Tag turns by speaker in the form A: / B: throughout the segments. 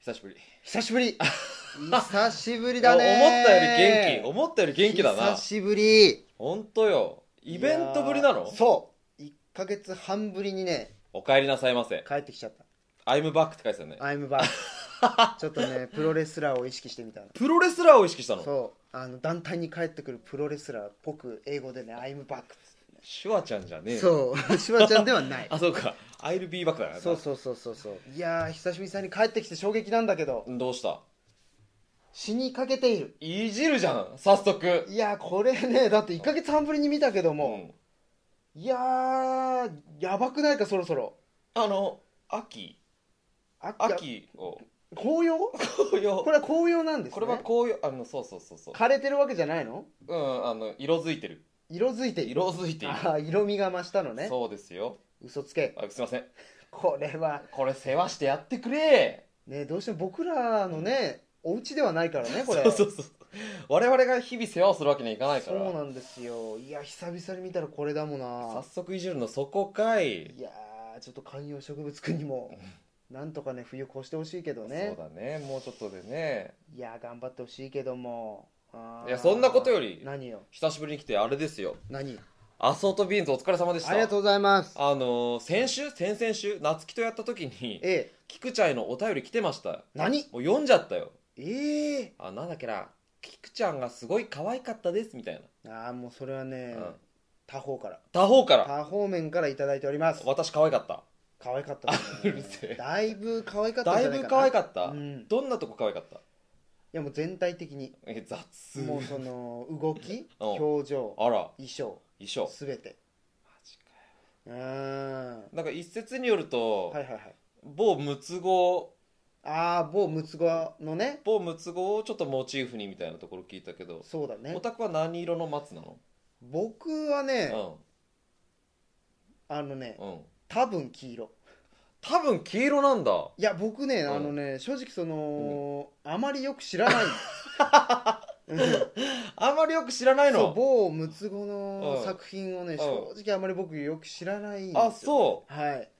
A: 久しぶり
B: 久しぶり久しぶり
A: あ
B: だ
A: 思っ
B: ね
A: たより元気思ったより元気だな
B: 久しぶり
A: 本当よイベントぶりないの
B: やーそう1ヶ月半ぶりにね
A: お帰りなさいませ
B: 帰ってきちゃった
A: 「I'm back」って書いてたよね
B: 「I'm back」ちょ っとねプロレスラーを意識してみたの
A: プロレスラーを意識したの
B: そうあの団体に帰ってくるプロレスラーっぽく英語でね「I'm back
A: シュワちゃんじゃ」ねえう
B: そう シュワちゃんではない
A: あそうか「I'll be back」だからな
B: そうそうそうそうそういやー久しぶりに帰ってきて衝撃なんだけど
A: どうした
B: 死にかけている
A: いじるじゃん早速
B: いやーこれねだって1ヶ月半ぶりに見たけども、
A: ん
B: いやーやばくないかそろそろ
A: あの秋
B: あいや
A: 秋を
B: 紅葉
A: 紅葉
B: これは紅葉なんですね
A: これは紅葉あのそうそうそうそう
B: 枯れてるわけじゃないの
A: うんあの色づいてる
B: 色づいている
A: 色づいている
B: ああ色味が増したのね
A: そうですよ
B: 嘘つけ
A: あすいません
B: これは
A: これ世話してやってくれ
B: ねどうしても僕らのねお家ではないからねこれ
A: そうそうそう我々が日々世話をするわけにはいかないか
B: そう
A: ら
B: なんですよいや久々に見たらこれだもん
A: 早
B: な
A: 速いじるのそこかい
B: いやーちょっと観葉植物くんにもなんとかね冬越してほしいけど
A: そう
B: ね
A: だねもうちょっとでね
B: いやー頑張ってほしいけどもあー
A: いやそんなことより
B: 何よ
A: 久しぶりに来てあれですよ
B: 何
A: アソートビーンズお疲れ様でした
B: ありがとうございます
A: あのー先週先々週夏希とやった時に
B: ええ
A: 菊ちゃんへのお便り来てました
B: 何
A: もう読んじゃったよ
B: ええ
A: あなんだっけな菊ちゃんがすごい可愛かったですみたい
B: ああもうそれは
A: な、
B: ね、
A: うん、
B: 他方から
A: 他方から
B: 他方面からいただいております
A: 私可愛かった
B: 可愛かった で
A: うる
B: す
A: せえ
B: ねだいぶ可愛かったん
A: だ
B: じ
A: い
B: ゃない
A: ぶ
B: かな
A: 可愛
B: っ
A: かった、
B: うん、い
A: どんなとこ可愛かった
B: やもう全体的に
A: え雑
B: もうその動き
A: うん
B: 表情
A: あら
B: 衣装
A: 衣装
B: すべてうーんは
A: なんか一説によると、
B: いはいはい
A: 某ムツゴ
B: ああ某ムツゴのね
A: 某ムツゴをちょっとモチーフにみたいなところ聞いたけど、
B: そうだね
A: お宅は何色の松なの、
B: 僕はね、あのね
A: うんうん
B: 多分黄色
A: 多分黄色なんだ
B: いや僕ね、
A: うん
B: あのね正直その、あまりよく知ら ない、うん、
A: あんまりよく知らない
B: そう
A: の
B: 某ムツゴの
A: うん
B: 作品をね、
A: ん
B: 正直あまり僕よく知らないんですよ
A: あそう
B: はい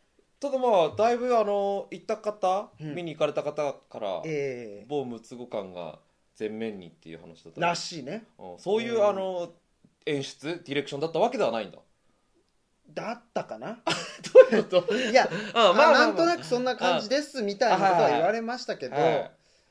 A: ただまあだいぶあの行った方、
B: うん
A: 見に行かれた方から、
B: ええ
A: 某ムツゴ感が前面にっていう話だった
B: らしいね
A: うんそういう、
B: うん
A: あの演出ディレクションだったわけではないんだ
B: だったかな
A: どういうこと
B: いや
A: あ
B: あなんとなくそんな感じですみたいなことは言われましたけど、
A: はい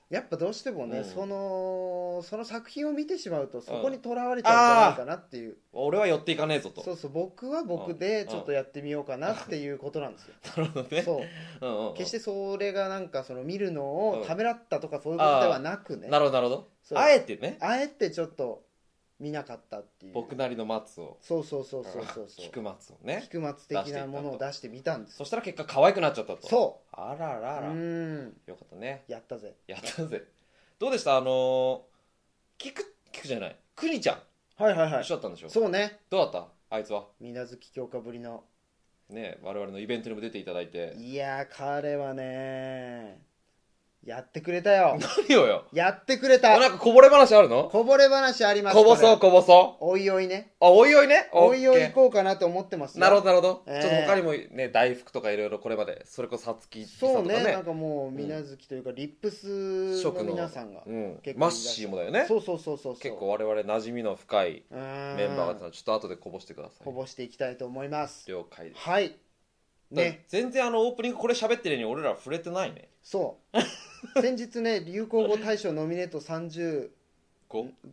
B: やっぱどうしてもね、
A: うん
B: そのその作品を見てしまうとそこにとらわれちゃうんじゃないかなっていう、
A: 俺は寄っていかねえぞと
B: そうそう僕は僕でちょっとやってみようかなっていうことなんですよ、
A: なるほどね
B: そう
A: うんうんうん
B: 決してそれがなんかその見るのをためらったとかそういうこ
A: あ
B: と
A: ー
B: ではなくね
A: なるほどなるほ
B: そう
A: どあえてね
B: あえてちょっと見なかったっていう
A: 僕なりの松を
B: そうそうそうそうそうそう
A: 菊松をね
B: 菊松的なものを出してみたんです
A: そ
B: よ
A: したら結果可愛くなっちゃったと
B: そ
A: あらら
B: うう
A: ら
B: ーん
A: よかったね
B: やったぜ
A: やったぜどうでしたあのー菊菊じゃないくにちゃん
B: はいはいは
A: 一緒だったんでしょ
B: そうね
A: どうだったあいつは
B: 水無月強化ぶりの
A: ね我々のイベントにも出ていただいて
B: いやー彼はねやってくれた よ
A: 何をよ
B: やってくれ
A: あな
B: た
A: んかこぼれ話あるの
B: こぼれ話あります
A: こぼそう
B: こ
A: こぼそ
B: れおいおいね
A: うあおいおいね
B: おい
A: オ
B: おい
A: ッ
B: 行
A: ケ
B: こうかなと思ってます
A: ーな
B: よ
A: るほどなるほど、
B: えー
A: ちょっと他にもね大福とかいろいろこれまでそれこそさつきさん
B: そ
A: と
B: う
A: か
B: ね
A: ね
B: なんかもう水無月というかリップスの皆さんが
A: うん
B: 結構いらっしゃる
A: マッシーもだよね
B: そうそうそうそうそう
A: 結構我々馴染みの深いメ
B: メ
A: ンバーがいたのでちょっと後でこぼしてください
B: こぼしていきたいと思います
A: 了解です
B: はいね
A: 全然あのオープニングこれ喋ってるのに俺ら触れてないね
B: そう 先日ね流行語大賞ノミネート35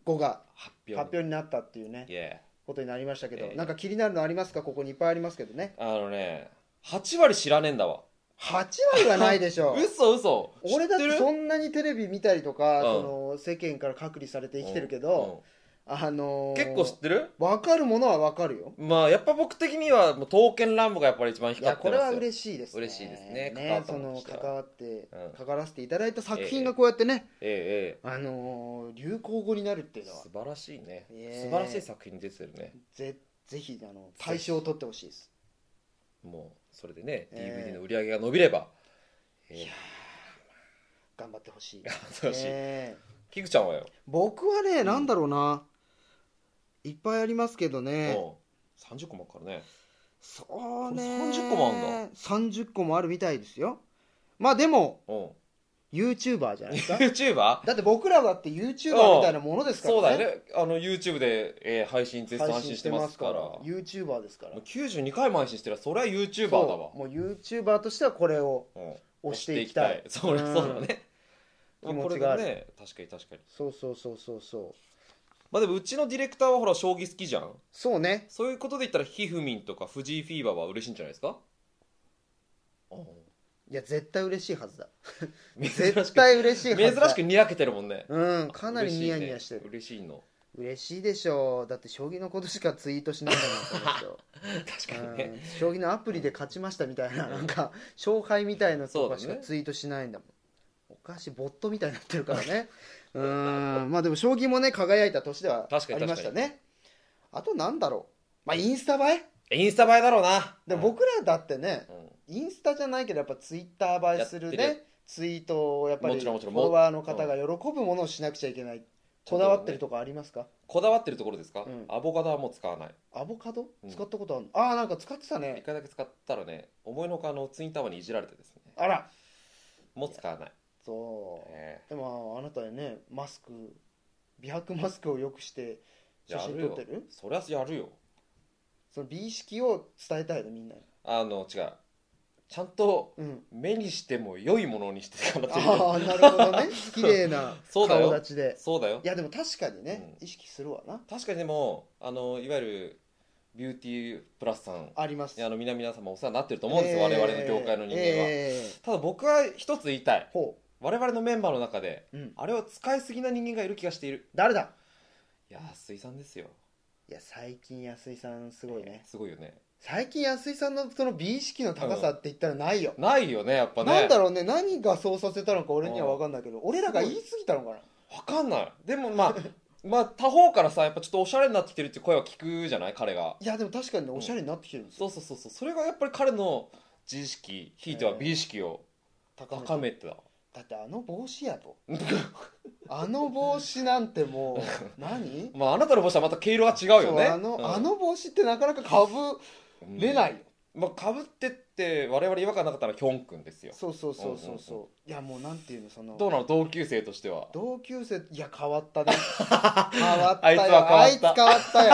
A: ご
B: が
A: 発表
B: 発表になったっていうね
A: いや
B: ことになりましたけど、
A: ええ
B: なんか気になるのありますかここにいっぱいありますけどね
A: あのね8割知らねえんだわ
B: 8割はないでしょ
A: 嘘嘘
B: 俺だっ
A: 知
B: て
A: る
B: そんなにテレビ見たりとか、
A: うん
B: その世間から隔離されて生きてるけど、あ
A: う
B: の
A: ん
B: ー
A: 結構知ってる
B: 分かるものは分かるよ
A: まあやっぱ僕的にはもう刀剣乱舞がやっぱり一番
B: い
A: 光
B: や
A: って
B: こ
A: ます
B: れ
A: よ
B: は嬉しいですね
A: 嬉しいですね
B: ね
A: 関
B: そ
A: わったも
B: の
A: のとしては
B: 関わって、
A: うん
B: 関わらせていただいた作品
A: え
B: が
A: え
B: こうやってね、
A: えええ
B: あのー流行語になるっていう
A: え
B: のは
A: 素晴らしいね
B: ええ
A: 素晴らしい作品に出てるね
B: ぜぜひあの大賞を取ってほしいです
A: もうそれでね
B: ええ
A: DVD の売り上げが伸びればえ
B: いや
A: え
B: ー頑張ってほしい
A: 素晴らしい
B: ええ
A: 菊ちゃんはよ
B: 僕はね、
A: ん
B: なんだろうないっぱいありますけどね、
A: うん30個もあるからね
B: そうね
A: これ30個もあん
B: だ30個もあるみたいですよまあでも
A: うん
B: YouTuber じゃな いですか
A: YouTuber?
B: だって僕らだって YouTuber みたいなものですからね
A: そうだよねあの YouTube で、えー配信絶賛配信してますから
B: 配信してますから YouTuber ですから
A: もう92回も配信してるそれは YouTuber だわ
B: そうもう YouTuber としてはこれを
A: うん
B: 押していきたい
A: そう
B: うん
A: そうだね、
B: 気
A: まあ
B: 持
A: これ
B: ちがある
A: でね確かに確かに
B: そうそうそうそうそう
A: まあでもうちのディレクターはほら将棋好きじゃん
B: そうね
A: そういうことで言ったらひふみんとか藤井フィーバーは嬉しいんじゃないですか
B: いや絶対嬉しいはずだ
A: 珍しく
B: 絶対嬉しいはずだ
A: 珍しくにやけてるもんね
B: うんかなりニヤニヤしてる
A: 嬉しいの
B: 嬉しいでしょうだって将棋のことしかツイートしないんだもん
A: 確
B: こ
A: か
B: の
A: に
B: 人、
A: ね
B: うん、将棋のアプリで勝ちましたみたいななんか勝敗みたいなとかし
A: そうだ
B: か
A: ね
B: ツイートしないんだもんおかしいボットみたいになってるからねうんまあでも将棋もね輝いた年ではあ
A: 確かに
B: りましたねあとなんだろうまあインスタ映え
A: インスタ映えだろうな
B: でも、僕らだってね
A: うんうん
B: インスタじゃないけどやっぱツイッター映えする
A: やっ
B: ねツイートをやっぱり
A: もち
B: フ
A: ろんもちろん
B: ォロワーの方が喜ぶものをしなくちゃいけないこだわってるとこありますか
A: こだわってるところですか、
B: うん
A: アボカドはもう使わない
B: アボカド
A: うん
B: 使ったことあるの、ああなんか使ってた
A: 一
B: ね
A: 回だけ使ったらね思いのほかあのツインタワーにいじられてですね
B: あら
A: もう使わない
B: そう、
A: え
B: でもあなたねマスク美白マスクをよくして
A: えや
B: 写真
A: る
B: 撮っ
A: よ
B: てる
A: そりゃやるよ
B: その美意識を伝えたいのみんなに
A: あの違うちゃんと
B: うん
A: 目にしても良いものにしてからっていう
B: ああなるほ どね綺麗な
A: そうだよ
B: 顔立ちで
A: そうだよ
B: いやでも確かにね、
A: う
B: 意識するわな
A: 確かにでもあのいわゆるビューティープラスさん
B: あります
A: あの皆々様お世話になってると思うんですよ、我々の業界の人間は、
B: ええ
A: ただ僕は一つ言いたい
B: ほ
A: 我々のメンバーの中で
B: う、うん、
A: あれを使いすぎな人間がいる気がしている
B: 誰だ
A: いや水さんですよ
B: いや最近安井さんすごいね
A: すごいよね
B: 最近安井さんのその美意識の高さって言ったらないよ、
A: ないよねやっぱね
B: なんだろうね何がそうさせたのか俺には分かんないけど俺らが言い過ぎたのかな
A: わかんないでもまあ まあ他方からさやっぱちょっとおしゃれになってきてるっていう声は聞くじゃない彼が
B: いやでも確かにねおしゃれになってきてるんですよ、
A: そうそうそうそうそれがやっぱり彼の自意識ひいては美意識を
B: 高
A: 高
B: め
A: めてた、
B: だってあの帽子やとあの帽子なんてもう何
A: まああなたの帽子はまた毛色が違うよね
B: そうあの、
A: うん
B: あの帽子ってなかなかかぶれないよ、
A: まあ、かぶってって我々違和感なかったのはきょんくんですよ
B: そうそうそうそうそう,、
A: うん
B: いやもうなんていうのその
A: どうなの同級生としては
B: 同級生いや変わっ たね変わったよ
A: あいつは
B: 変わった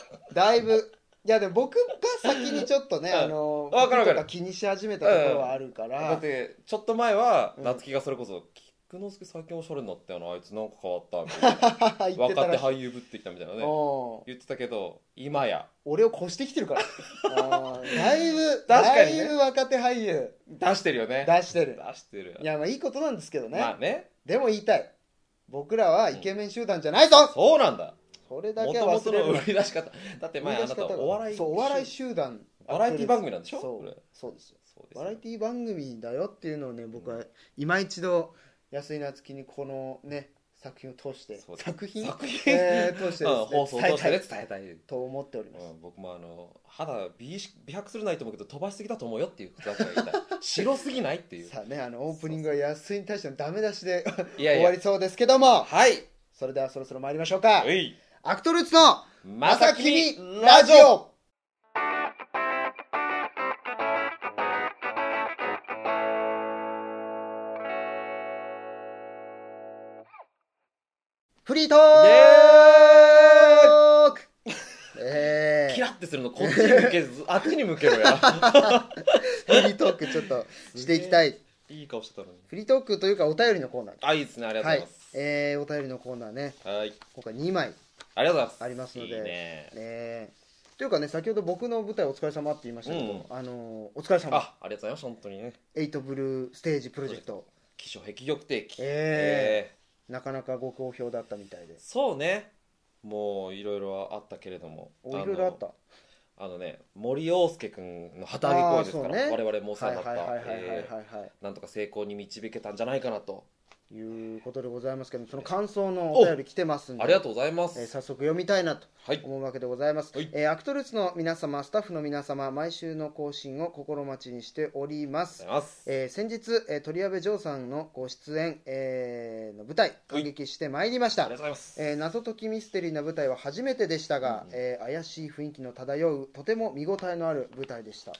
B: よ だいぶいやでも僕が先にちょっとね、
A: うん
B: あの
A: わかるわかる
B: 服と気にし始めたところはあるか
A: だ
B: ら、
A: ってちょっと前は
B: うん
A: 夏希がそれこそ「菊之助最近おしゃれになったよなあいつなんか変わった」みたいな
B: 言ってた
A: 若手
B: らしい
A: 俳優ぶってきたみたいなね
B: うん
A: 言ってたけど今や
B: 俺を越してきてるからあーだいぶ
A: 確かにね
B: だいぶ若手俳優
A: 出してるよね
B: 出してる
A: 出してる
B: いやまあいいことなんですけどね、
A: まあね
B: でも言いたい僕らはイケメン集団じゃないぞ、
A: そうなんだ
B: それだ
A: も
B: け
A: と
B: は
A: も
B: 忘
A: と
B: れ
A: の
B: るな
A: 売り出し方だって前あなた
B: 売り出し方が
A: お笑い
B: そうお笑い集団
A: バラエティ番組なんでしょ
B: そ
A: これ
B: うそうですよ
A: そうですよ
B: バラエティ番組だよっていうのをね僕は今一度安井夏樹にこのね作品を通して
A: そうです
B: 作品
A: 作品
B: えー通して
A: うん放
B: で
A: 送
B: す
A: を
B: ね
A: 通してね
B: 伝え
A: 伝
B: た
A: え
B: い
A: たい
B: と思っております
A: うん、僕もあの肌美意識美白するないと思うけど飛ばしすぎだと思うよっていうことだけは言いたい白すぎないっていう
B: さあねあのオープニングは安井に対してのダメ出しで
A: いやい
B: 終わ
A: や
B: りそうですけども
A: はい
B: それではそろそろ参りましょうか
A: うい
B: アクトルーツの
A: ま
B: ま
A: さ
B: さ
A: き
B: き
A: に
B: に
A: ラ
B: ラ
A: ジ
B: ジ
A: オ
B: オフリートークえ
A: キ
B: ー
A: ラってするのこっちに向けずあっちに向けろや
B: フリートークちょっとしていきたい
A: いい顔してたのに
B: フリートークというかお便りのコーナー
A: あいいですねありがとう
B: は
A: ござ
B: い
A: います、
B: えーお便りのコーナーね
A: はい
B: 今回2枚
A: ありがとうございます
B: ありますので
A: いいね
B: えーというかね先ほど僕の舞台お疲れ様って言いましたけど、あのーお疲れ様
A: あありがとうございます本当にね
B: エイトブルーステージプロジェクト
A: 気象壁玉定期
B: え
A: え
B: なかなかご好評だったみたいで
A: ーそうねもういろいろあったけれども
B: おいろいろあった
A: あのね森陽介君の旗揚げ声ですから、
B: あーそうね
A: 我々もお世話
B: はい
A: にな
B: は
A: っ
B: い
A: た
B: はいはいはい
A: え
B: はい、は
A: ーなんとか成功に導けたんじゃないかなと、
B: い、いうことでございますけどその感想のお便り来てますんで
A: ありがとうございます、
B: えー早速読みたいなと
A: はい
B: 思うわけでございます、
A: はい
B: えーアクトルーツの皆様スタッフの皆様毎週の更新を心待ちにしておりま
A: あ
B: す
A: りがとうございます
B: えー先日、えー鳥矢部城さんのご出演、えーの舞台感激してまいりまし
A: あ
B: た
A: りがとうございます
B: えー謎解きミステリーな舞台は初めてでしたが、
A: うん
B: えー怪しい雰囲気の漂うとても見応えのある舞台でした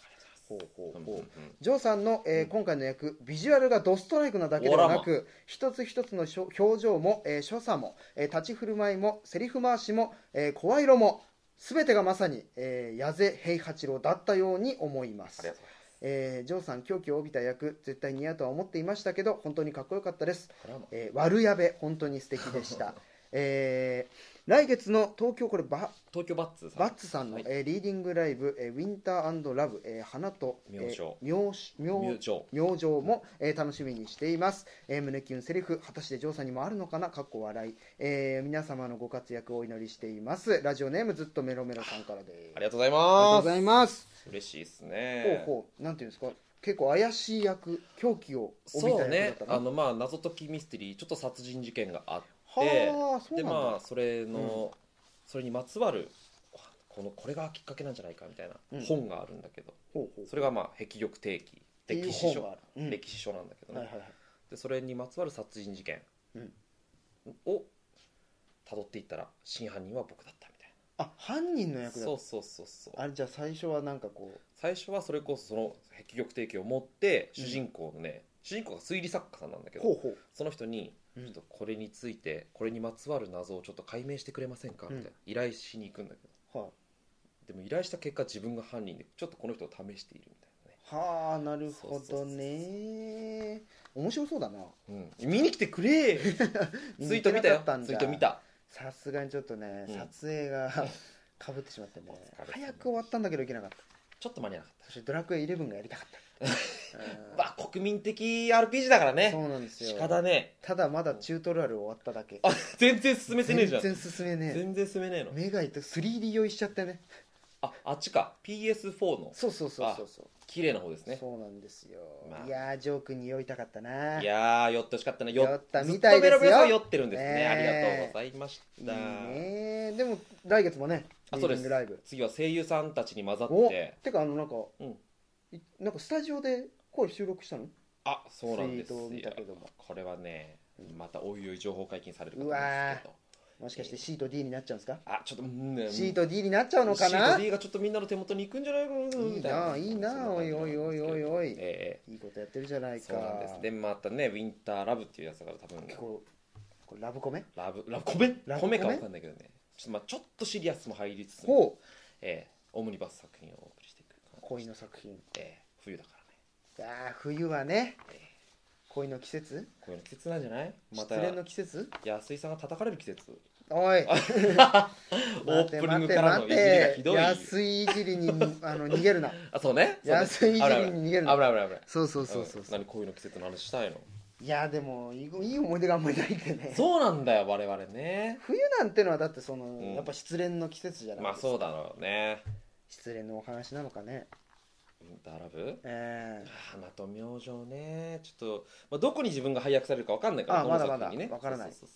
B: ほうほ
A: う
B: うんほ
A: う
B: う、
A: んうん
B: ジョーさんの、えー
A: うん
B: 今回の役ビジュアルがドストライクなだけではなく一つ一つのしょ表情も、えー所作も、えー立ち振る舞いもセリフ回しも、えー声色も全てがまさに、えー、矢瀬平八郎だったように思いま
A: あり
B: す
A: がとうございます
B: えー、ジョーさん狂気を帯びた役絶対似合うとは思っていましたけど本当にかっこよかったです、
A: これはもう
B: えー、悪矢部本当に素敵で した、えー来月の東京これバ
A: 東京バッツさん
B: バッツさんの、
A: はい
B: えーリーディングライブ「えーウィンターラブ、えー花と
A: 明星
B: えー明星明
A: 入場
B: 明星も、えー楽しみにしています、えー胸キュンセリフ果たしてジョーさんにもあるのかなかっこ笑い、えー皆様のご活躍をお祈りしていますラジオネームずっとメロメロさんからです
A: ありがとうござい
B: ありがとう
A: ま
B: ご
A: す
B: ざいます
A: 嬉しいです
B: ほう
A: ね
B: ほうなんていうんですか結構怪しい役狂気を帯び
A: そ
B: た
A: う
B: 役だ
A: ね
B: った
A: あ
B: の
A: のまあ謎解きミステリーちょっと殺人事件があっ
B: はあそう
A: で
B: なんだ、
A: まあそれの、それにまつわるこのこれがきっかけなんじゃないかみたいな、
B: うん
A: 本があるんだけど
B: ほうほう
A: それがまあ「壁玉定期」歴史書、
B: いい本があるうん
A: 歴史書なんだけどね、
B: はいはいはい
A: でそれにまつわる殺人事件
B: うん
A: をたどっていったら真犯人は僕だったみたい
B: あ犯人の
A: な
B: 役だ
A: そ
B: っ
A: うそうそうそう
B: たあれじゃあ最初はなんかこう
A: 最初はそれこそその壁玉定期を持って
B: うん
A: 主人公のね、主人公が推理作家さんなんだけ
B: ほう
A: ど
B: ほう
A: その人に
B: うん
A: ちょっとこれについてこれにまつわる謎をちょっと解明してくれませんかみたいな、依頼しに行くんだけど
B: は
A: でも依頼した結果自分が犯人でちょっとこの人を試しているみたい
B: あ、はあなる
A: そ
B: ほ
A: うそうそ
B: ど
A: うそう
B: ね面白そうだな
A: なね、うん、見に来てく れツイート見た
B: 見に行けなか
A: よ
B: ったんだ
A: ツイート見た
B: さすがにちょっとね、
A: うん
B: 撮影がかぶってしまってね
A: お疲れ様
B: 早く終わったんだけどいけなかった
A: ちょっと間に合わなか
B: そして「ドラクエイレブン」がやりた かった、
A: っ
B: う
A: た、
B: ん
A: まあ、国民的 RPG だから
B: そ
A: ね
B: うなんですよ
A: 鹿だね
B: ただまだチュートリアル終わっただけ
A: あ全然進めてねえじゃん
B: 全然進めね
A: 全然進めねえ
B: え
A: の
B: 目が痛い 3D 用意しちゃってね
A: ああっちか PS4 の
B: そうそうそうそうそう、
A: 綺麗な方ですね
B: そうなんですよ、
A: まあ
B: いやージョー君に酔いたかったない
A: やー寄ってほしかったね
B: 寄ったみたいです
A: ず
B: よ
A: っとベロベロ酔ってるんですね
B: ねえ
A: ありがとうございまし
B: いい
A: た
B: ねでも来月もね
A: あそうです
B: リーディングライブ
A: 次は声優さんたちに混ざっ
B: お
A: て
B: てかあのなんか、
A: うん
B: いなんかスタジオで声収録したの
A: あそうなんです
B: ツイート
A: よ
B: を見たけども
A: これはねまたおいおい情報解禁される
B: う
A: こと
B: わー
A: ですけど
B: もしかして C と D になっちゃうんですか、
A: あちょっとうんね
B: C と D になっちゃうのか
A: シー
B: な
A: ト D がちょっとみんなの手元に行くんじゃないか
B: いいないいなおいおいおいおいおい
A: え
B: いいことやってるじゃな
A: え
B: いか
A: そうなんですでまたねウィンターラブっていうやつだから多分
B: 結構これラブコメ
A: ラブラブ米
B: ラブ
A: 米か
B: 米
A: わかんないけどねちょっとまあちょっとシリアスも入りつつも、
B: ほう
A: ええオムニバス作品をお送りしていく
B: 恋の作品
A: ええ冬だからね
B: いやー冬はね
A: ええ
B: 恋の季節
A: こういうの季節なんじゃないまた
B: 失恋の季節
A: 安井さんが叩かれる季節
B: おい
A: オープニングからのいじりがひどい
B: 安いいじりにあの逃げるな
A: あ そうねそうね
B: 安いいじりに逃
A: 危ない危
B: げるな
A: ない危ない危ない
B: そうそうそうそう
A: うん何こういうの季節の話したいの
B: いやでもいいいい思い出があんまりないんでね
A: そうなんだよ我々ね
B: 冬なんてのはだってその、
A: ん
B: やっぱ失恋の季節じゃない
A: まあ
B: う
A: そうだろうね
B: 失恋のお話なのかね
A: ウィンターラブ
B: ええ
A: 花と明星ねちょっと、まあ、どこに自分が配役されるかわかんないから
B: あ
A: どの
B: まだまだ
A: 作品にね
B: わからない
A: そうそう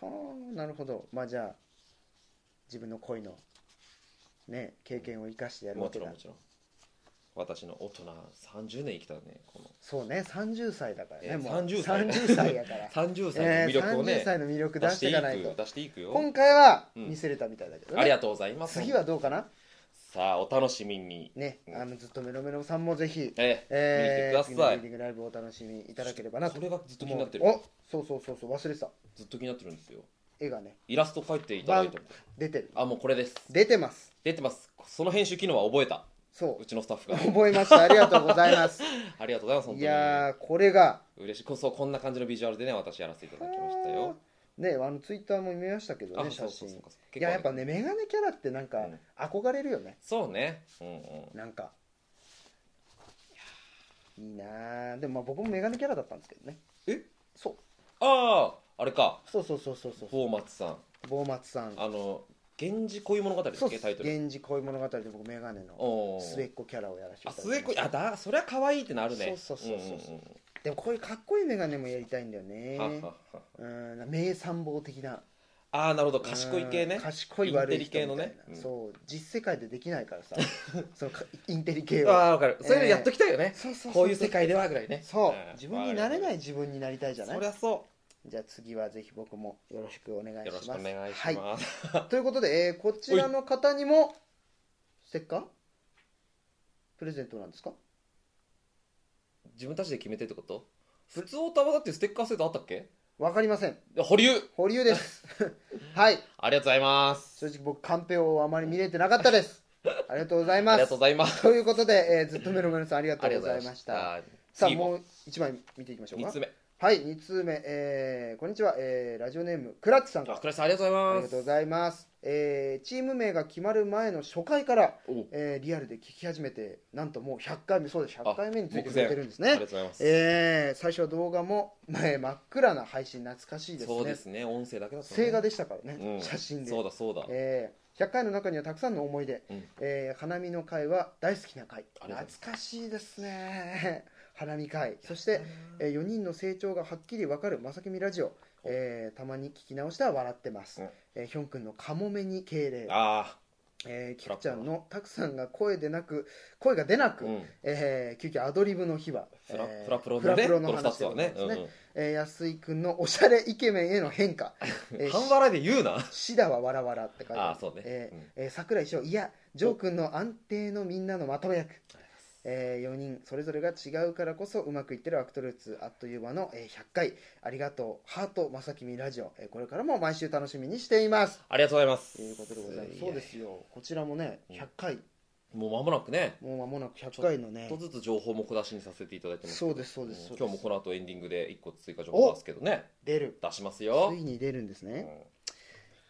A: そう
B: はあなるほどまあじゃあ自分の恋のね経験を生かしてやる
A: も
B: わ
A: ち
B: け
A: ろん
B: だ
A: もちろん私の大人30年生きたねこの
B: そうね30歳だからね、
A: ええ
B: もう
A: 30歳
B: 30 歳やから
A: 30歳の
B: え
A: 魅
B: え
A: 力をね
B: 30、歳の魅力出
A: 出
B: し
A: してて
B: い
A: い
B: かないと
A: く出していくよ
B: 今回は
A: うん
B: 見せれたみたいだけどね、
A: ありがとうございます
B: 次はどうかな
A: さあお楽しみに
B: ね
A: うん
B: あのずっとメロメロさんもぜひ、
A: ええ
B: えー、
A: 見てくださ
B: 次のリーディ
A: い
B: ングライブをお楽しみいただければなと
A: これがずっと気になってる
B: 思うおそうそうそうそう忘れてた
A: ずっと気になってるんですよ
B: 絵がね
A: イラスト描いていただいても
B: 出てる
A: あもうこれです
B: 出てます
A: 出てますその編集機能は覚えた
B: そうう
A: ちのスタッ フが
B: 覚えましたありがとうございます
A: ありがとうございます 本
B: い
A: 当に
B: やーこれが
A: 嬉しいこそうこんな感じのビジュアルでね私やらせていただきましたよ
B: ねあのツイッターも見ましたけどね写真
A: かそうか
B: いややっぱねメガネキャラってなんか
A: うん
B: 憧れるよね、
A: そうねうんうん
B: なんかいいなあでもまあ僕もメガネキャラだったんですけどね
A: え
B: そう
A: あああれか
B: そうそうそうそうそう
A: 坊松さん
B: 坊松さん
A: あの「源氏恋物語」です
B: そう
A: っ
B: っ
A: け
B: す
A: タイトル
B: 源氏恋物語」で僕メガネの
A: おー
B: 末っ子キャラをやらせてい
A: あ
B: ただ
A: 末っ
B: きました
A: 子あだそりゃ可愛いってなるね
B: そうそうそうそうん
A: んん
B: でもこういうかっこいいメガネもやりたいんだよね
A: はっはっは
B: うん名参謀的な
A: ああなるほど賢い系
B: う
A: ね
B: ん賢い悪い
A: インテ
B: 人
A: リ系のね
B: み
A: う
B: たいな
A: ん
B: そう実世界でできないか らさそのかインテリ系
A: あ
B: は
A: あわかるそういうのやっときたいよね、
B: そうそうそう
A: こういう世界ではぐらいね
B: そ
A: ん
B: う自分になれない自分になりたいじゃな
A: そ
B: い
A: りゃそ
B: じゃあ次はぜひ僕もよろしくお願いうし
A: よ
B: ま
A: ろし
B: す
A: くお願いし
B: は
A: ます、
B: い、ということで、えーこちらの方にもステッカープレゼントなんですか
A: 自分たちで決めてってこと普通オタはだってステッカー制度あったっけ
B: わかりません
A: 保留
B: 保留です はい
A: ありがとうございます
B: 正直僕カンペをあまり見れてなかったですありがとうござい
A: あ
B: ま
A: りが
B: す
A: とうございます
B: ということで、えーずっとメロメロさんありがとうございました
A: ありがとうございました
B: さあ
A: 次も
B: もう一枚見ていきましょう
A: 三
B: か
A: つ目
B: はい2通目、えーこんにちは、えーラジオネームクラッチさんか
A: あ
B: ら
A: 倉石さんありがとうござい
B: あり
A: ま
B: が
A: す
B: とうございます、えーチーム名が決まる前の初回から、
A: おう
B: えーリアルで聞き始めてなんともう100回目そうです100
A: あ
B: 回目についてくれてるんですね
A: ありがとうございます
B: えー最初は動画も、えー真っ暗な配信懐かしいですね
A: そうですね音声だけだったね
B: 静画でしたからね、
A: うん
B: 写真で
A: そうだそうだ
B: えー100回の中にはたくさんの思い出、
A: うん
B: えー花見の会は大好きな会
A: ありがとうござい
B: 懐
A: ます
B: かしいですね 花見会そして、え4人の成長がはっきりわかる「まさきみラジオ」えーたまに聞き直しては笑ってます、
A: うん
B: えーヒョン君のカモメに敬礼、
A: あ
B: えー、キクちゃんのたくさんが声でなく声が出な
A: あ
B: く、
A: うん
B: えー急遽アドリブの日は
A: フラ
B: えー
A: フラプロ
B: フ
A: の
B: ラ
A: ね
B: プ
A: こ
B: ロ
A: の
B: の
A: 2
B: 話
A: つ
B: で
A: は
B: ござい
A: ね
B: ます
A: うんう
B: ね
A: ん
B: えー安井君のおしゃれイケメンへの変 化、えー
A: 半笑いで言うな
B: シダはわらわらって書いて
A: あ
B: あ
A: あ
B: る
A: そうね
B: えー
A: うん
B: えー桜井翔いやジョー君の安定のみんなのまとめ役、え4人それぞれが違うからこそうまくいってるアクトルーツあっという間の、えー100回ありがとうハートまさきみラジオ、えーこれからも毎週楽しみにしています
A: ありがとうございます
B: ということでございます
A: や
B: そうですよこちらもね100回、
A: もう間もなくね
B: もう間もなく100回のね
A: ちょっとずつ情報も小出しにさせていただいてます
B: そうですそうですそう
A: 今
B: です
A: 日もこの後エンディングで1個追加情報出すけどね
B: 出る
A: 出します
B: つ
A: よ
B: いに出るんです
A: う
B: ね、
A: ん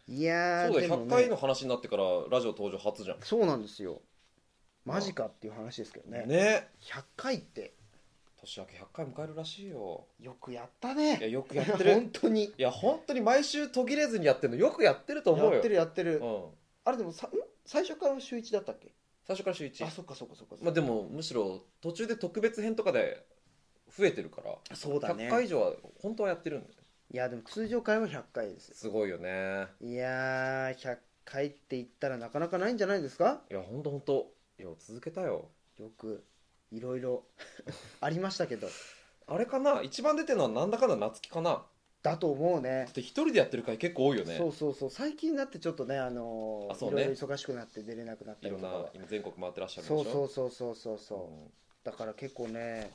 B: いや
A: そ
B: ー
A: うだ
B: で
A: よ
B: も
A: 100
B: ね
A: 回の話になってからラジオ登場初じゃん
B: そうなんですよマジかっていう話ですけどね
A: ね
B: 100回って
A: 年明け100回迎えるらしいよ
B: よくやった
A: いや
B: ね
A: よくやってる
B: 本当に
A: いや本当に毎週途切れずにやってるのよくやってると思うよ
B: やってるやってる、
A: うん、
B: あれでもさん最初から週一だったっけ
A: 最初から週1
B: あそっかそっかそっか
A: まあ、でもむしろ途中で特別編とかで増えてるから
B: そうだね
A: 100回以上は本当はやってるんだよ
B: いやでも通常回は100回ですよ
A: すごいよね
B: いやー100回って言ったらなかなかないんじゃないですか
A: いや本当本当いや続けたよ
B: よくいろいろ ありましたけど
A: あれかな一番出てるのはなんだかんだ夏希かな
B: だと思う
A: だ
B: ね
A: って一人でやってる回結構多いよね
B: そうそうそう最近になってちょっとねあのー
A: あそうね
B: いろいろ忙しくなって出れなくなった
A: い
B: り
A: ろ
B: と
A: ん
B: か
A: な
B: は
A: 今全国回ってらっしゃるでし
B: そ
A: ょ
B: うそうそうそうそうそう
A: うん
B: だから結構ね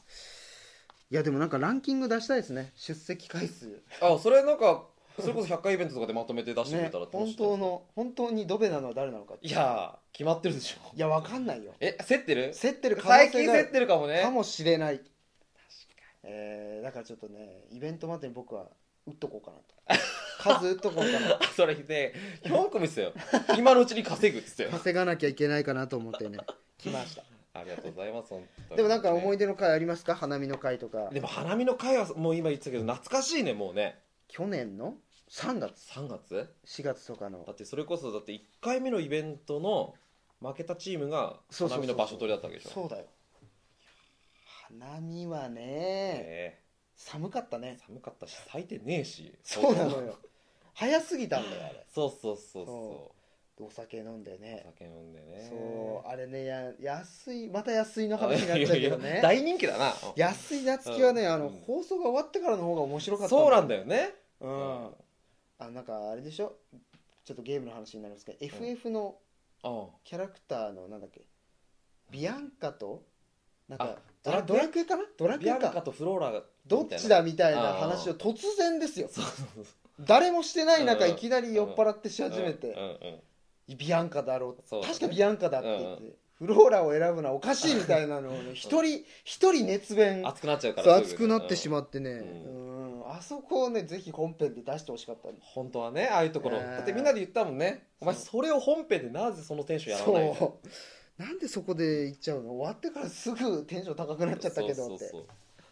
B: いやでもなんかランキング出したいですね出席回数
A: あそれなんかそれこそ100回イベントとかでまとめて出してくれたら
B: ね本当の本当にドベなのは誰なのかって
A: いやー決まってるでしょ
B: いやわかんないよ
A: え競ってる
B: 競ってる可能
A: 最
B: 性
A: 近
B: が
A: 競ってるかもね
B: かもしれないえーだからちょっとねイベントまでに僕は打っとこうかなと 数打っとこうかな
A: あ それね4個見てたよ今のうちに稼ぐっつってたよ
B: 稼がなきゃいけないかなと思って ね来ました
A: ありがとうございます本当に
B: でもなんか思い
A: ね
B: 出の回ありますか花見の回とか
A: でも花見の会はもう今言ってたけど懐かしいねもうね
B: 去年の3月
A: 3月
B: 4月とかの
A: だってそれこそだって1回目のイベントの負けたチームが
B: そうそうそう
A: 花見の場所取りだったわけでしょ
B: そうだよ花見はね
A: ね
B: 寒かった
A: え
B: ね
A: 寒かったし咲いてねえし
B: そうなのよ早すぎたんだよあれ
A: そうそうそう
B: そ
A: そ
B: お酒飲んで
A: う
B: ね
A: 酒飲んでね
B: そうあれねや安いまた安いの
A: あ
B: 話になっちゃうけど
A: いやいや
B: ね
A: 大人気だな
B: 安井夏樹はね、
A: うん
B: あの放送が終わってからの方が面白かった
A: そうなん
B: だ
A: だよね
B: う
A: うんあ
B: あなんかあれでしょちょっとゲームの話になりますけど、FF の
A: あ
B: キャラクターのなんだっけビアンカとなんかド
A: あ
B: ラド
A: ドラ
B: ラクエかなドラク
A: ビ
B: エ
A: アンカ
B: か
A: とフローラが
B: どっちだ
A: み
B: みたいな
A: あー
B: 話を突然ですよ
A: たいなそうそうそう
B: 誰もしてない中
A: うん
B: いきなり酔っ払ってし始め
A: うん
B: て
A: うんうん
B: ビアンカだろ
A: そううだね
B: 確かビアンカだって言ってフローラを選ぶのはおかしいみたいなのをね一人一人熱弁
A: 熱くなっちゃうか
B: そう
A: ら
B: 熱くなってし
A: う
B: まってね、う、
A: うん
B: あそこをねぜひ本編で出してほしかったんで
A: 本当はねああいうところ
B: ねえ
A: だってみんなで言ったもんねお前それを本編でなぜそのテンションやらないの
B: そうなんでそこで行っちゃうの終わってからすぐテンション高くなっちゃったけどって
A: そうそうそう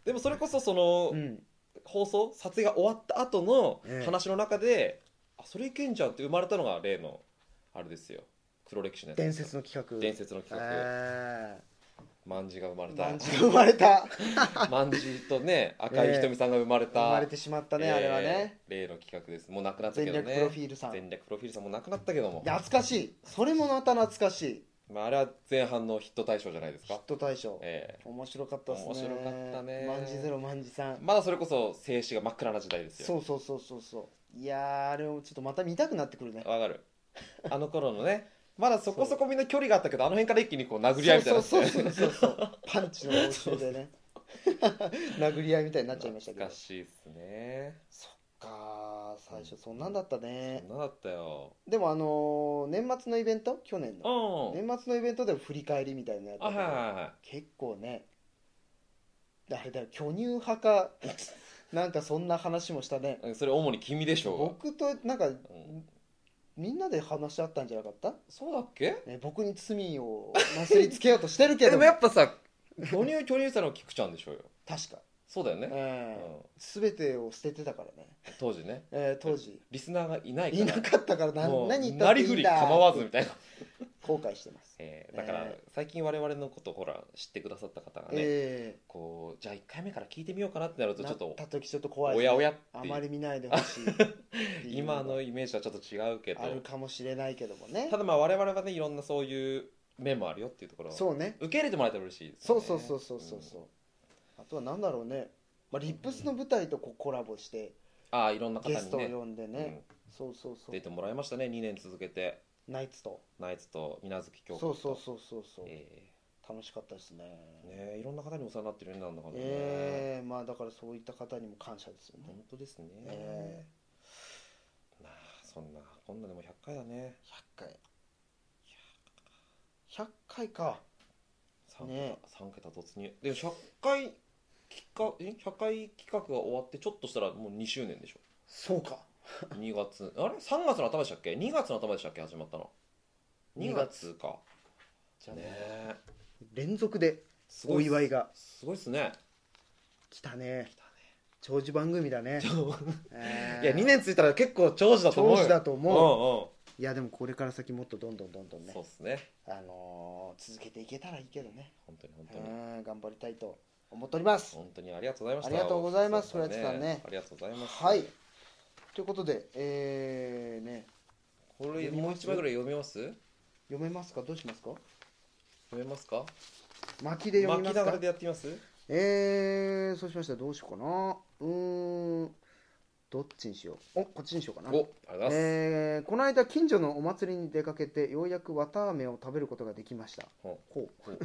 A: でもそれこそその、
B: うん
A: 放送撮影が終わった後の
B: ええ
A: 話の中で、あそれいけんじゃんって生まれたのが例のあれですよ黒歴史のやつ
B: 伝説の企画
A: 伝説の企画
B: え
A: 万事が生まれ
B: ー
A: た
B: 万 事が生まれた
A: 万事とね 赤いひとみさんが生まれた、
B: 生まれてしまったね、あれはね
A: えー例の企画ですもうなくなったけ
B: 全
A: どね
B: 力プロフィールさん
A: 全略プロフィールさんもなくなったけども、
B: 懐かしいそれもまた懐かしい
A: まあ、あれは前半のヒット大賞じゃないです
B: ヒ
A: か
B: ッ、ト大賞
A: え
B: 面白かったっすね
A: 面白かったね
B: 万事ゼロ万事さん
A: えまだそれこそ静止が真っ暗な時代ですよ
B: そうそうそうそうそういやーあれをちょっとまた見たくなってくるね
A: わかる あの頃のねまだそこそこみんな距離があったけどあの辺から一気にこう殴り合いみたいになって
B: そうそうそうそうそうパンチの応酬でね殴り合いみたい になっちゃいましたけ
A: 懐
B: ど
A: かしいっすね
B: そっか最初そんなんだった
A: そ
B: ね
A: んなだったよ
B: でもあのー年末のイベント去年
A: う
B: の
A: ん
B: 年末のイベントでも振り返りみたいなのやった
A: あは
B: け
A: いは
B: ど
A: いは
B: 結構ねあれだよ巨乳派かなんかそんな話もしたね
A: いはいそれ主に君でしょ
B: 僕となんか
A: うが、うん
B: みんなで話し合ったんじゃなかった、
A: そうだっけ
B: ね、僕に罪をなすりつけようとしてるけ
A: え
B: ど
A: でもやっぱさ 巨乳巨乳したのは菊ちゃんでしょうよ
B: 確か、
A: そうだよね、
B: え
A: うん
B: え全てを捨ててたからね、
A: 当時ね
B: ええ当時
A: リスナーがいない
B: い
A: から
B: なかったからな
A: もう
B: 何言った
A: な
B: って
A: り
B: いい
A: ふ
B: ん
A: り
B: だ
A: 構わずみたいな、
B: 後悔してます、
A: えーだから
B: ね
A: 最近我々のことほら知ってくださった方がね、
B: え
A: こうじゃあ1回目から聞いてみようかなってなる
B: え
A: とちょっと
B: なった時ちょっと怖い、
A: おやおやっ
B: あ
A: てい
B: ま
A: う
B: り見ないでほしいってい う
A: 今のイメージはちょっと違うけど
B: あるかもしれないけどもね
A: ただまあ我々はねいろんなそういう面もあるよっていうところ
B: そうね
A: 受け入れてもらえたら嬉しいです
B: そ
A: よ
B: う
A: ね
B: そうそうそうそうそう、あとは何だろうね、まあ、リップスの舞台とこうコラボして
A: ああいろんな方に
B: ゲ
A: ね
B: ストを呼んでね
A: うん
B: そうそうそ
A: 出
B: う
A: てもらいましたね2年続けて
B: ナイツと
A: ナイツと水無月京子
B: そうそう
A: う
B: そうそうそう、
A: え
B: 楽しかったですね
A: ーねえいろんな方にお世話になってるようになるのかな
B: ええまあだからそういった方にも感謝ですよね、
A: 本当ですね、
B: え
A: なあそんなこんなでも100回だね
B: 100回100回か
A: 3桁,、
B: ね
A: 三桁突入でも100回きかえ100回企画が終わってちょっとしたらもう2周年でしょ
B: そうか
A: 2月あれ3月の頭でしたっけ2月の頭でしたっけ始まったの2
B: 二
A: 月
B: 月
A: か
B: じゃあ
A: ね
B: ね
A: え
B: 連続ですお
A: っす
B: 祝いが
A: すごいっすね
B: 来たね長寿番組だね、え
A: い
B: え
A: や2年ついたら結構長寿だと思うよ
B: 長寿だと思
A: 思
B: いやでもこれから先もっとどんどんどんど
A: うんん
B: ね
A: そうっすね
B: あのー続けていけたらいいけどね
A: 本当に本当に
B: うん頑張りたいと思っております
A: 本当にありがとうございました
B: ありがとうございます
A: 大塚
B: 古谷さんね
A: ありがとうございます
B: はいということでえー、ね
A: これもう一枚ぐらい読みます
B: 読めますかどうしますか
A: 読めますか
B: 巻きで読みま
A: 巻き
B: す
A: なが
B: から
A: でやってみます
B: えー、そうしましたらどうしようかなうーんどっちにしようおこっちにしようかな
A: おありがとうございます、
B: えーこの間近所のお祭りに出かけてようやく綿あめを食べることができました
A: ほ
B: ほ
A: ほ
B: う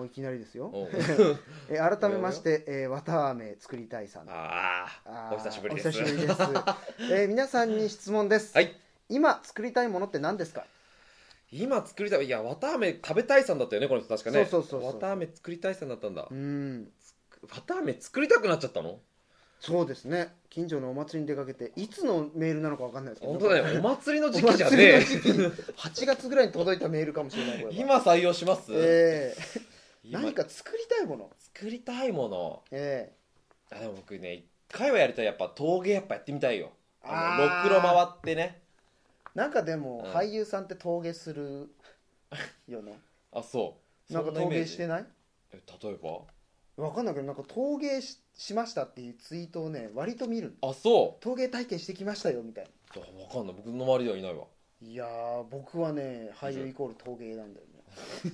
B: おいきなりですよ
A: おう
B: えー改めまして、えー、綿あめ作りたいさん
A: あ
B: あ
A: あ
B: ー
A: お久しぶりです
B: お久しぶりです、えー皆さんに質問です、
A: はい
B: 今作りたいものって何ですか
A: 今作りたいいや綿あめ食べたいさんだったよねこの人確かね
B: そうそうそうそう
A: 綿あめ作りたいさんだったんだ
B: うーん
A: 綿あめ作りたくなっちゃったの
B: そうですね近所のお祭りに出かけていつのメールなのか分かんないですけど
A: 本当だ よお祭りの時
B: お
A: 期じゃね
B: 祭りの
A: え
B: 時期8月ぐらいに届いたメールかもしれないこれは
A: 今採用します、
B: えー
A: 今
B: 何か作りたいもの
A: 作りたいもの
B: え
A: あでも僕ね一回はやりたいやっぱ陶芸やっぱやってみたいよあの
B: あー
A: ろくろ回ってね
B: ーなんかでも、
A: うん
B: 俳優さんって陶芸するよね
A: あ そう
B: なんか
A: そ
B: 陶
A: イメー
B: 芸
A: ジ
B: してない
A: え例えば
B: 分かんないけどなんか陶芸ししましたっていうツイートをね割と見るの
A: あそ
B: 陶芸体験してきましたよみたいな
A: う分かんない僕の周りではいないわ
B: いやー僕はね俳優イコール陶芸なんだ よね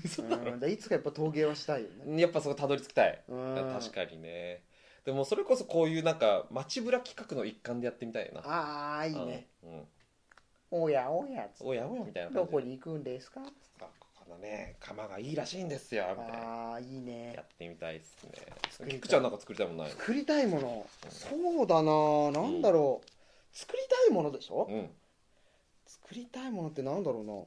A: 嘘
B: うんだからいつかやっぱ陶芸はしたいよね
A: やっぱそこたどり着きたい
B: うん
A: 確かにねでもそれこそこういうなんか街ぶら企画の一環でやってみたいな
B: ああいいね
A: うん
B: おやおやつ
A: おやおやみたいな
B: ど
A: 感じ
B: こ
A: で
B: に行くんですか
A: あここのね釜がいいらしいんですよみたいな
B: ああいいね
A: やってみたいっすね
B: りたい
A: 菊ちゃんなんか作りたいもんないの
B: 作りたいものそうだなーなんだろう、作りたいものでしょ、
A: うん
B: 作りたいものってなんだろうな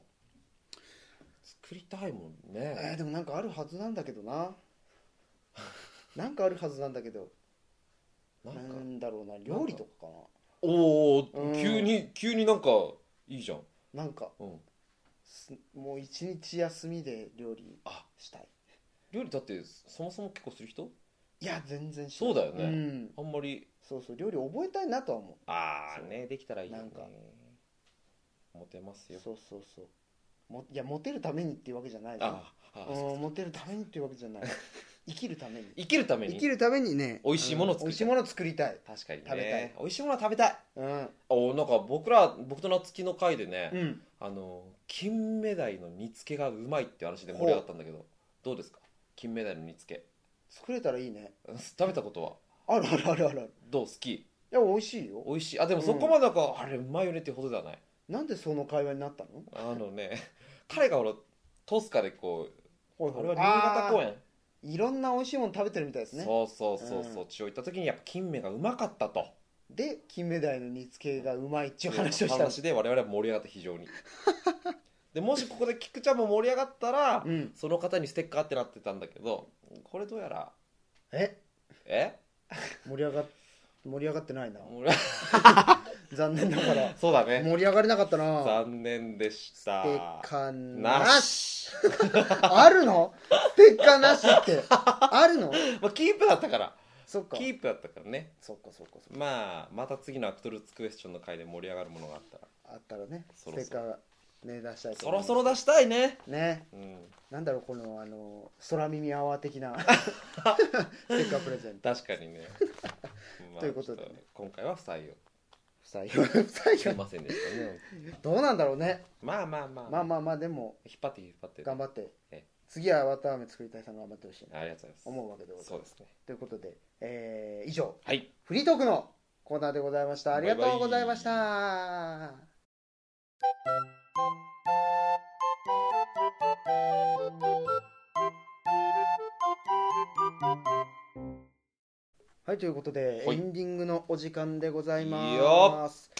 A: 作りたいもん
B: えー
A: ね
B: でもなんかあるはずなんだけ どななんかあるはずなんだけど
A: な
B: なん
A: か
B: んだろうな料理とかか
A: おお
B: うん
A: 急に急になんかいいじゃん
B: ななんか
A: うん
B: すもう一日休みで料理
A: あ
B: したい
A: 料理だってそもそも結構する人
B: いや全然し
A: そうだよ
B: う
A: ね
B: ん
A: あんまり
B: そうそう料理覚えたいなとは思
A: ああ
B: そう
A: ねできたらいいよ
B: な
A: ね
B: んか
A: モテます
B: う
A: よ
B: そうそうそうもいやモテるためにっていうわけじゃないな
A: ああ
B: う
A: そうん
B: モテるためにっていうわけじ ゃない生きるために
A: 生きるために
B: 生きるためにね
A: 美味しいものを
B: う
A: 作
B: ん
A: りたい
B: 美味しいものを作りたい
A: 確かにね
B: 食べたい
A: 美味しいものは食べたい
B: うん、
A: おなんか僕ら僕と夏希の会でね、
B: うん、
A: あの金目鯛の煮付けがうまいって話で盛り上がったんだけどどうですか金目鯛の煮付け
B: 作れたらいいね
A: うん食べたことは
B: あるあるあるあるい
A: どう好き
B: や美味しいよ
A: 美味しいあでもそこまでなんか、あれうまいよねっていうほどではない
B: なんでその会話になったの
A: あのね彼がほらトスカでこう
B: ほい
A: あ
B: ほい
A: れは新潟公演
B: いろんな美味しいもの食べてるみたいですね
A: そうそうそうそう、
B: うん
A: 千代行った時にやっぱ金目がうまかったと
B: で金目鯛の煮つけがうまいっていう
A: 話
B: 話をしたんです
A: で我々は盛り上がった非常にでもしここで菊ちゃんも盛り上がったら、
B: うん
A: その方にステッカーってなってたんだけどこれどうやら
B: え
A: え
B: 盛り上がっ盛り上がってないな
A: 俺は
B: 残念だから
A: そうだね
B: 盛り上がれなかったな
A: 残念でし
B: ス
A: た
B: テッカーな
A: な
B: しあるのステッカーなしってあるの
A: まあ、キープだったから
B: そっか
A: キープだったからね
B: そっかそっかそっか
A: まあまた次のアクトルーツクエスチョンの回で盛り上がるものがあったら
B: あったらねス
A: そ
B: テ
A: ろそろ
B: ッカーがね出したい と
A: そ
B: 思い
A: ろ
B: ます
A: そろ出したいね
B: ね
A: うん
B: なんだろうこのあの空耳アワー 的なステッカープレゼント
A: 確かに ねまあ
B: ということでね
A: ちょっ今回は不採用
B: 不採用不
A: すい
B: 採用
A: ませんでしたね
B: どうなんだろうね
A: まあまあまあ
B: まあまあまあでも
A: 引っ張って引っ張って
B: 頑張って
A: え
B: 次はアバター飴作りたいさん頑張ってほしいな
A: ありがとうございます
B: 思うわけでござい
A: そう
B: ま
A: ですすね
B: ということで、えー以上
A: はい
B: フリートークのコーナーでございましたありがとうございましたはいということでエ
A: はい
B: ンディングのお時間でござい
A: いいよ
B: ます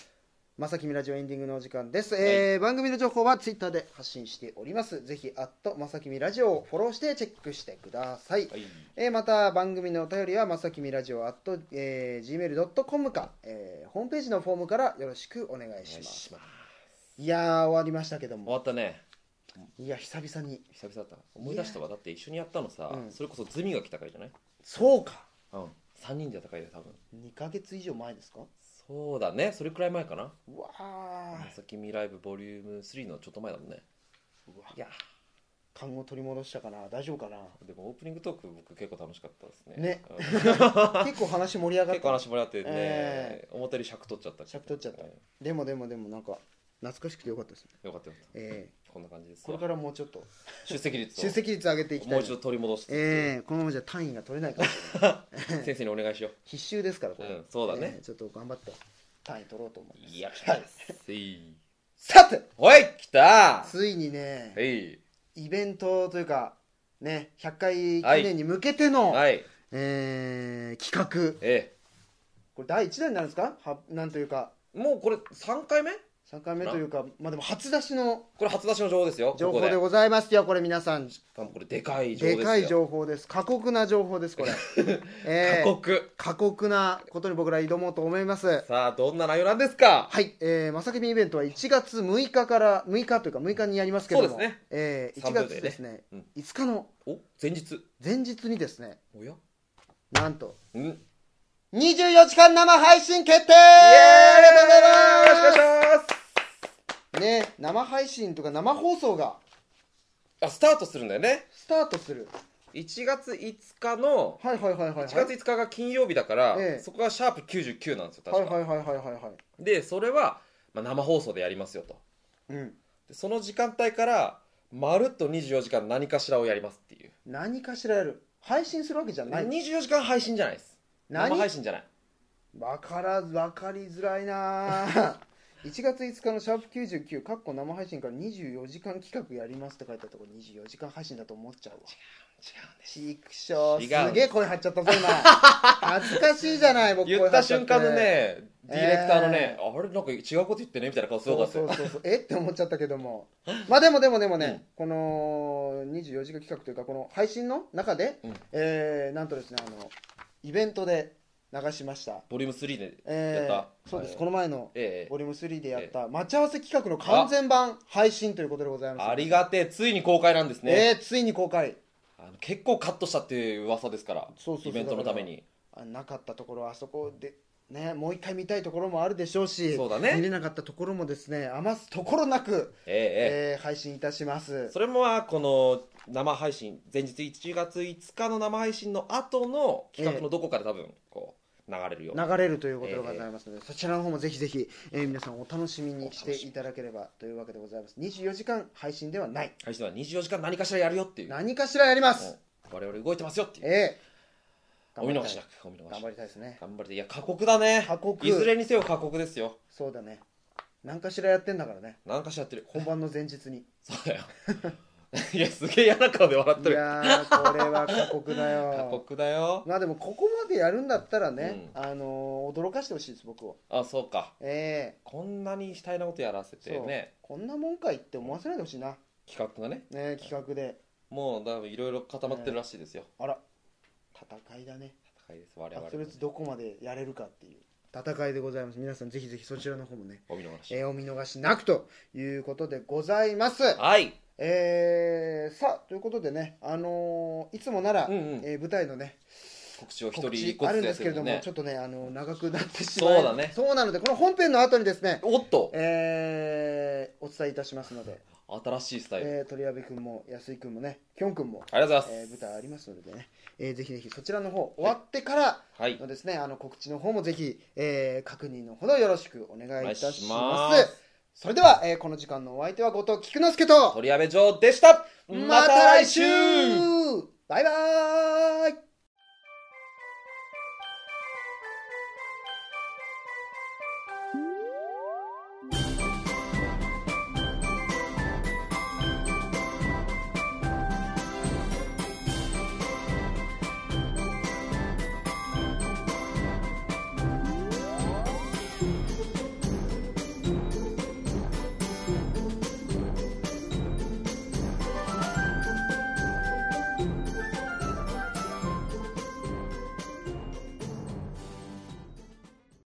B: まさきみラジオエンディングのお時間です、えー番組の情報はツイッターで発信しておりますぜひアットまさきみラジオをフォローしてチェックしてください
A: はい
B: えーまた番組のお便りはまさきみラジオ at、えー、gmail.com か、えーホームページのフォームからよろしくお願い
A: お
B: し
A: 願い
B: ます
A: します
B: いやー終わりましたけど
A: 終
B: も
A: わったね
B: いや久々に
A: 久々だったな思い出したわだって一緒にやったのさ、
B: うん
A: それこそズミが来た回じゃない
B: そうか
A: うん3人でやった回だよ多分
B: 2ヶ月以上前ですか
A: そうだねそれくらい前かな
B: うわ
A: 「まさきみライブボリューム3のちょっと前だもんね
B: ーうわ
A: いや
B: 勘を取り戻したかな大丈夫 かな
A: でもオープニングトーク僕結構楽しかったですね
B: ね
A: うん
B: 結構話盛り上がっ
A: 結構
B: た
A: 話もらってね、
B: え
A: 思ったより尺取っちゃった
B: 尺取っちゃった
A: うん
B: でもでもでもなんか懐かしくてよかったですね、
A: よかったよかっ
B: え
A: たこんな感じです
B: ーこれからもうちょっと
A: 出席率を
B: 出席率上げていきたい
A: もう一度取り戻して、
B: えーこのままじゃ単位が取れないかもしれない
A: 先生にお願いしよ
B: 必修ですからこ
A: う、う
B: れ
A: ん、そうだね
B: えー、ちょっと頑張って単位取ろうと思う
A: いや来た
B: はい
A: せい
B: さて
A: おい来た
B: ついにね
A: はい
B: イベントというかね100回記念に向けての、
A: はい
B: えー企画
A: え
B: これ第1弾になるんですかはなんというか
A: えもうこれ3回目
B: 3回目というかまあでも初出しの
A: これ初出しの情報ですよ
B: 情
A: こ
B: 報
A: こ
B: で
A: で
B: ございますよこれ皆さん
A: 多分これでかい情報で
B: で
A: すよ
B: かい情報です過酷な情報で すこれ、え
A: 過
B: ー
A: 酷
B: 過酷なことに僕ら挑もうと思います
A: さあどんな内容なんですか
B: はい、えー、まさきみイベントは1月6日から6日というか6日にやりますけども
A: そうですね
B: えー、
A: 三
B: 1
A: 部でね
B: 月ですね
A: うん
B: 5日の
A: お前日
B: 前日にですね
A: おや
B: なんと
A: うんイエーイ
B: 24時間生配信決定
A: ありがとうございますよろしくお願いします
B: ね生配信とか生放送が
A: あスタートするんだよね
B: スタートする
A: 1月5日の
B: はいはいはいはいはい
A: 1月5日が金曜日だから、
B: ええ
A: そこがシャープ99なんですよ確
B: は
A: か、
B: いはいはいはいはいはい
A: でそれは、まあ、生放送でやりますよと
B: うん
A: でその時間帯からまるっと24時間何かしらをやりますっていう、
B: 何かしらやる配信するわけじゃない
A: 24時間配信じゃないです
B: 何
A: 生配信じゃない
B: わからわかりづらいな ぁ1月5日の「シャープ #99」かっこ生配信から24時間企画やりますって書いてあったところ24時間配信だと思っちゃうわちくしょう
A: 違
B: す
A: うんです
B: げえ声張っちゃっ たぞ今恥ずかしいじゃない僕
A: 言
B: 声
A: っ
B: 張
A: た
B: ちゃ
A: 瞬間のね、ディレクターのね、
B: え
A: あれなんか違うこと言ってねみたいな顔するか
B: そ
A: っ
B: う
A: た
B: そ
A: よ
B: うそうそうえって思っちゃったけどもまあでもでもでもね、この24時間企画というかこの配信の中で、
A: うん
B: えーなんとですねあのイベントで流しました、
A: ボリューム3で、
B: えー
A: やった
B: そうです、
A: はい
B: この前の
A: ええ
B: ボリューム3でやった待ち合わせ企画の完全版配信ということでございます
A: ありがてえついに公開なんですね、
B: えーついに公開
A: あの結構カットしたっていう噂ですから
B: そうそうそう
A: イベントのために
B: あなかったところあそこでねもう一回見たいところもあるでしょうし
A: そうだね
B: 見れなかったところもですね余すところなく、
A: ええええ
B: えー配信いたします
A: それもまあこの生配信前日1月5日の生配信の後の企画のどこかで多分こう流れるような、
B: 流れるということでございますので、そちらの方もぜひぜひ、えー皆さんお楽しみにしていただければというわけでございます24時間配信ではない
A: 配信は24時間何かしらやるよっていう
B: 何かしらやります
A: うん我々動いてますよっていう
B: ええ
A: お見逃しなくお見逃しな
B: 頑
A: く
B: 張りたいですね
A: 頑張りていや過酷だね
B: 過酷
A: いずれにせよ過酷ですよ
B: そうだね何かしらやってんだからね
A: 何かしらやってる
B: 本番の前日に
A: そうだよいやすげえ嫌な顔で笑っ
B: い
A: てる
B: やーこれは過酷だよ
A: 過酷だよ
B: まあでもここまでやるんだったらね、あのー驚かしてほしいです僕を
A: あそうか
B: ええ
A: こんなに非対なことやらせてね
B: こんなもんかいって思わせないでほしいな、
A: 企画がね
B: ね、企画で
A: もうだいろいろ固まってるらしいですよ、
B: あら戦いだね
A: 高いです我
B: ア
A: 々
B: ストレツどこまでやれるかっていう戦いでございます皆さんぜひぜひそちらの方もね、
A: お見逃し、
B: えーお見逃しなくということでございます
A: はい
B: えーさあということでね、あのーいつもなら、
A: うんうん
B: えー舞台のね
A: 告知を一
B: 告
A: 人一
B: 知
A: 個
B: ある
A: ずつやっ
B: んです
A: て
B: け
A: る
B: れど
A: ん
B: も、
A: で
B: ちょっとねあの長くなってしま
A: そうだね
B: そうなのでこの本編の後にですね、
A: おっと
B: えーお伝えいたしますので、
A: 新しいスタイル、
B: えー鳥矢部君も安井君もねきょん君も、
A: ありがとうござい
B: えー
A: ます、
B: 舞台ありますのでね、えーぜひぜひそちらの方終わってから
A: はい
B: のですね、あの告知の方もぜひ、えー確認のほどよろしくお願いいたし
A: お
B: ます
A: 願いします
B: それでは、えーこの時間のお相手は後藤菊之助と
A: 鳥矢部城でしたまた来週
B: また来週バイバーイ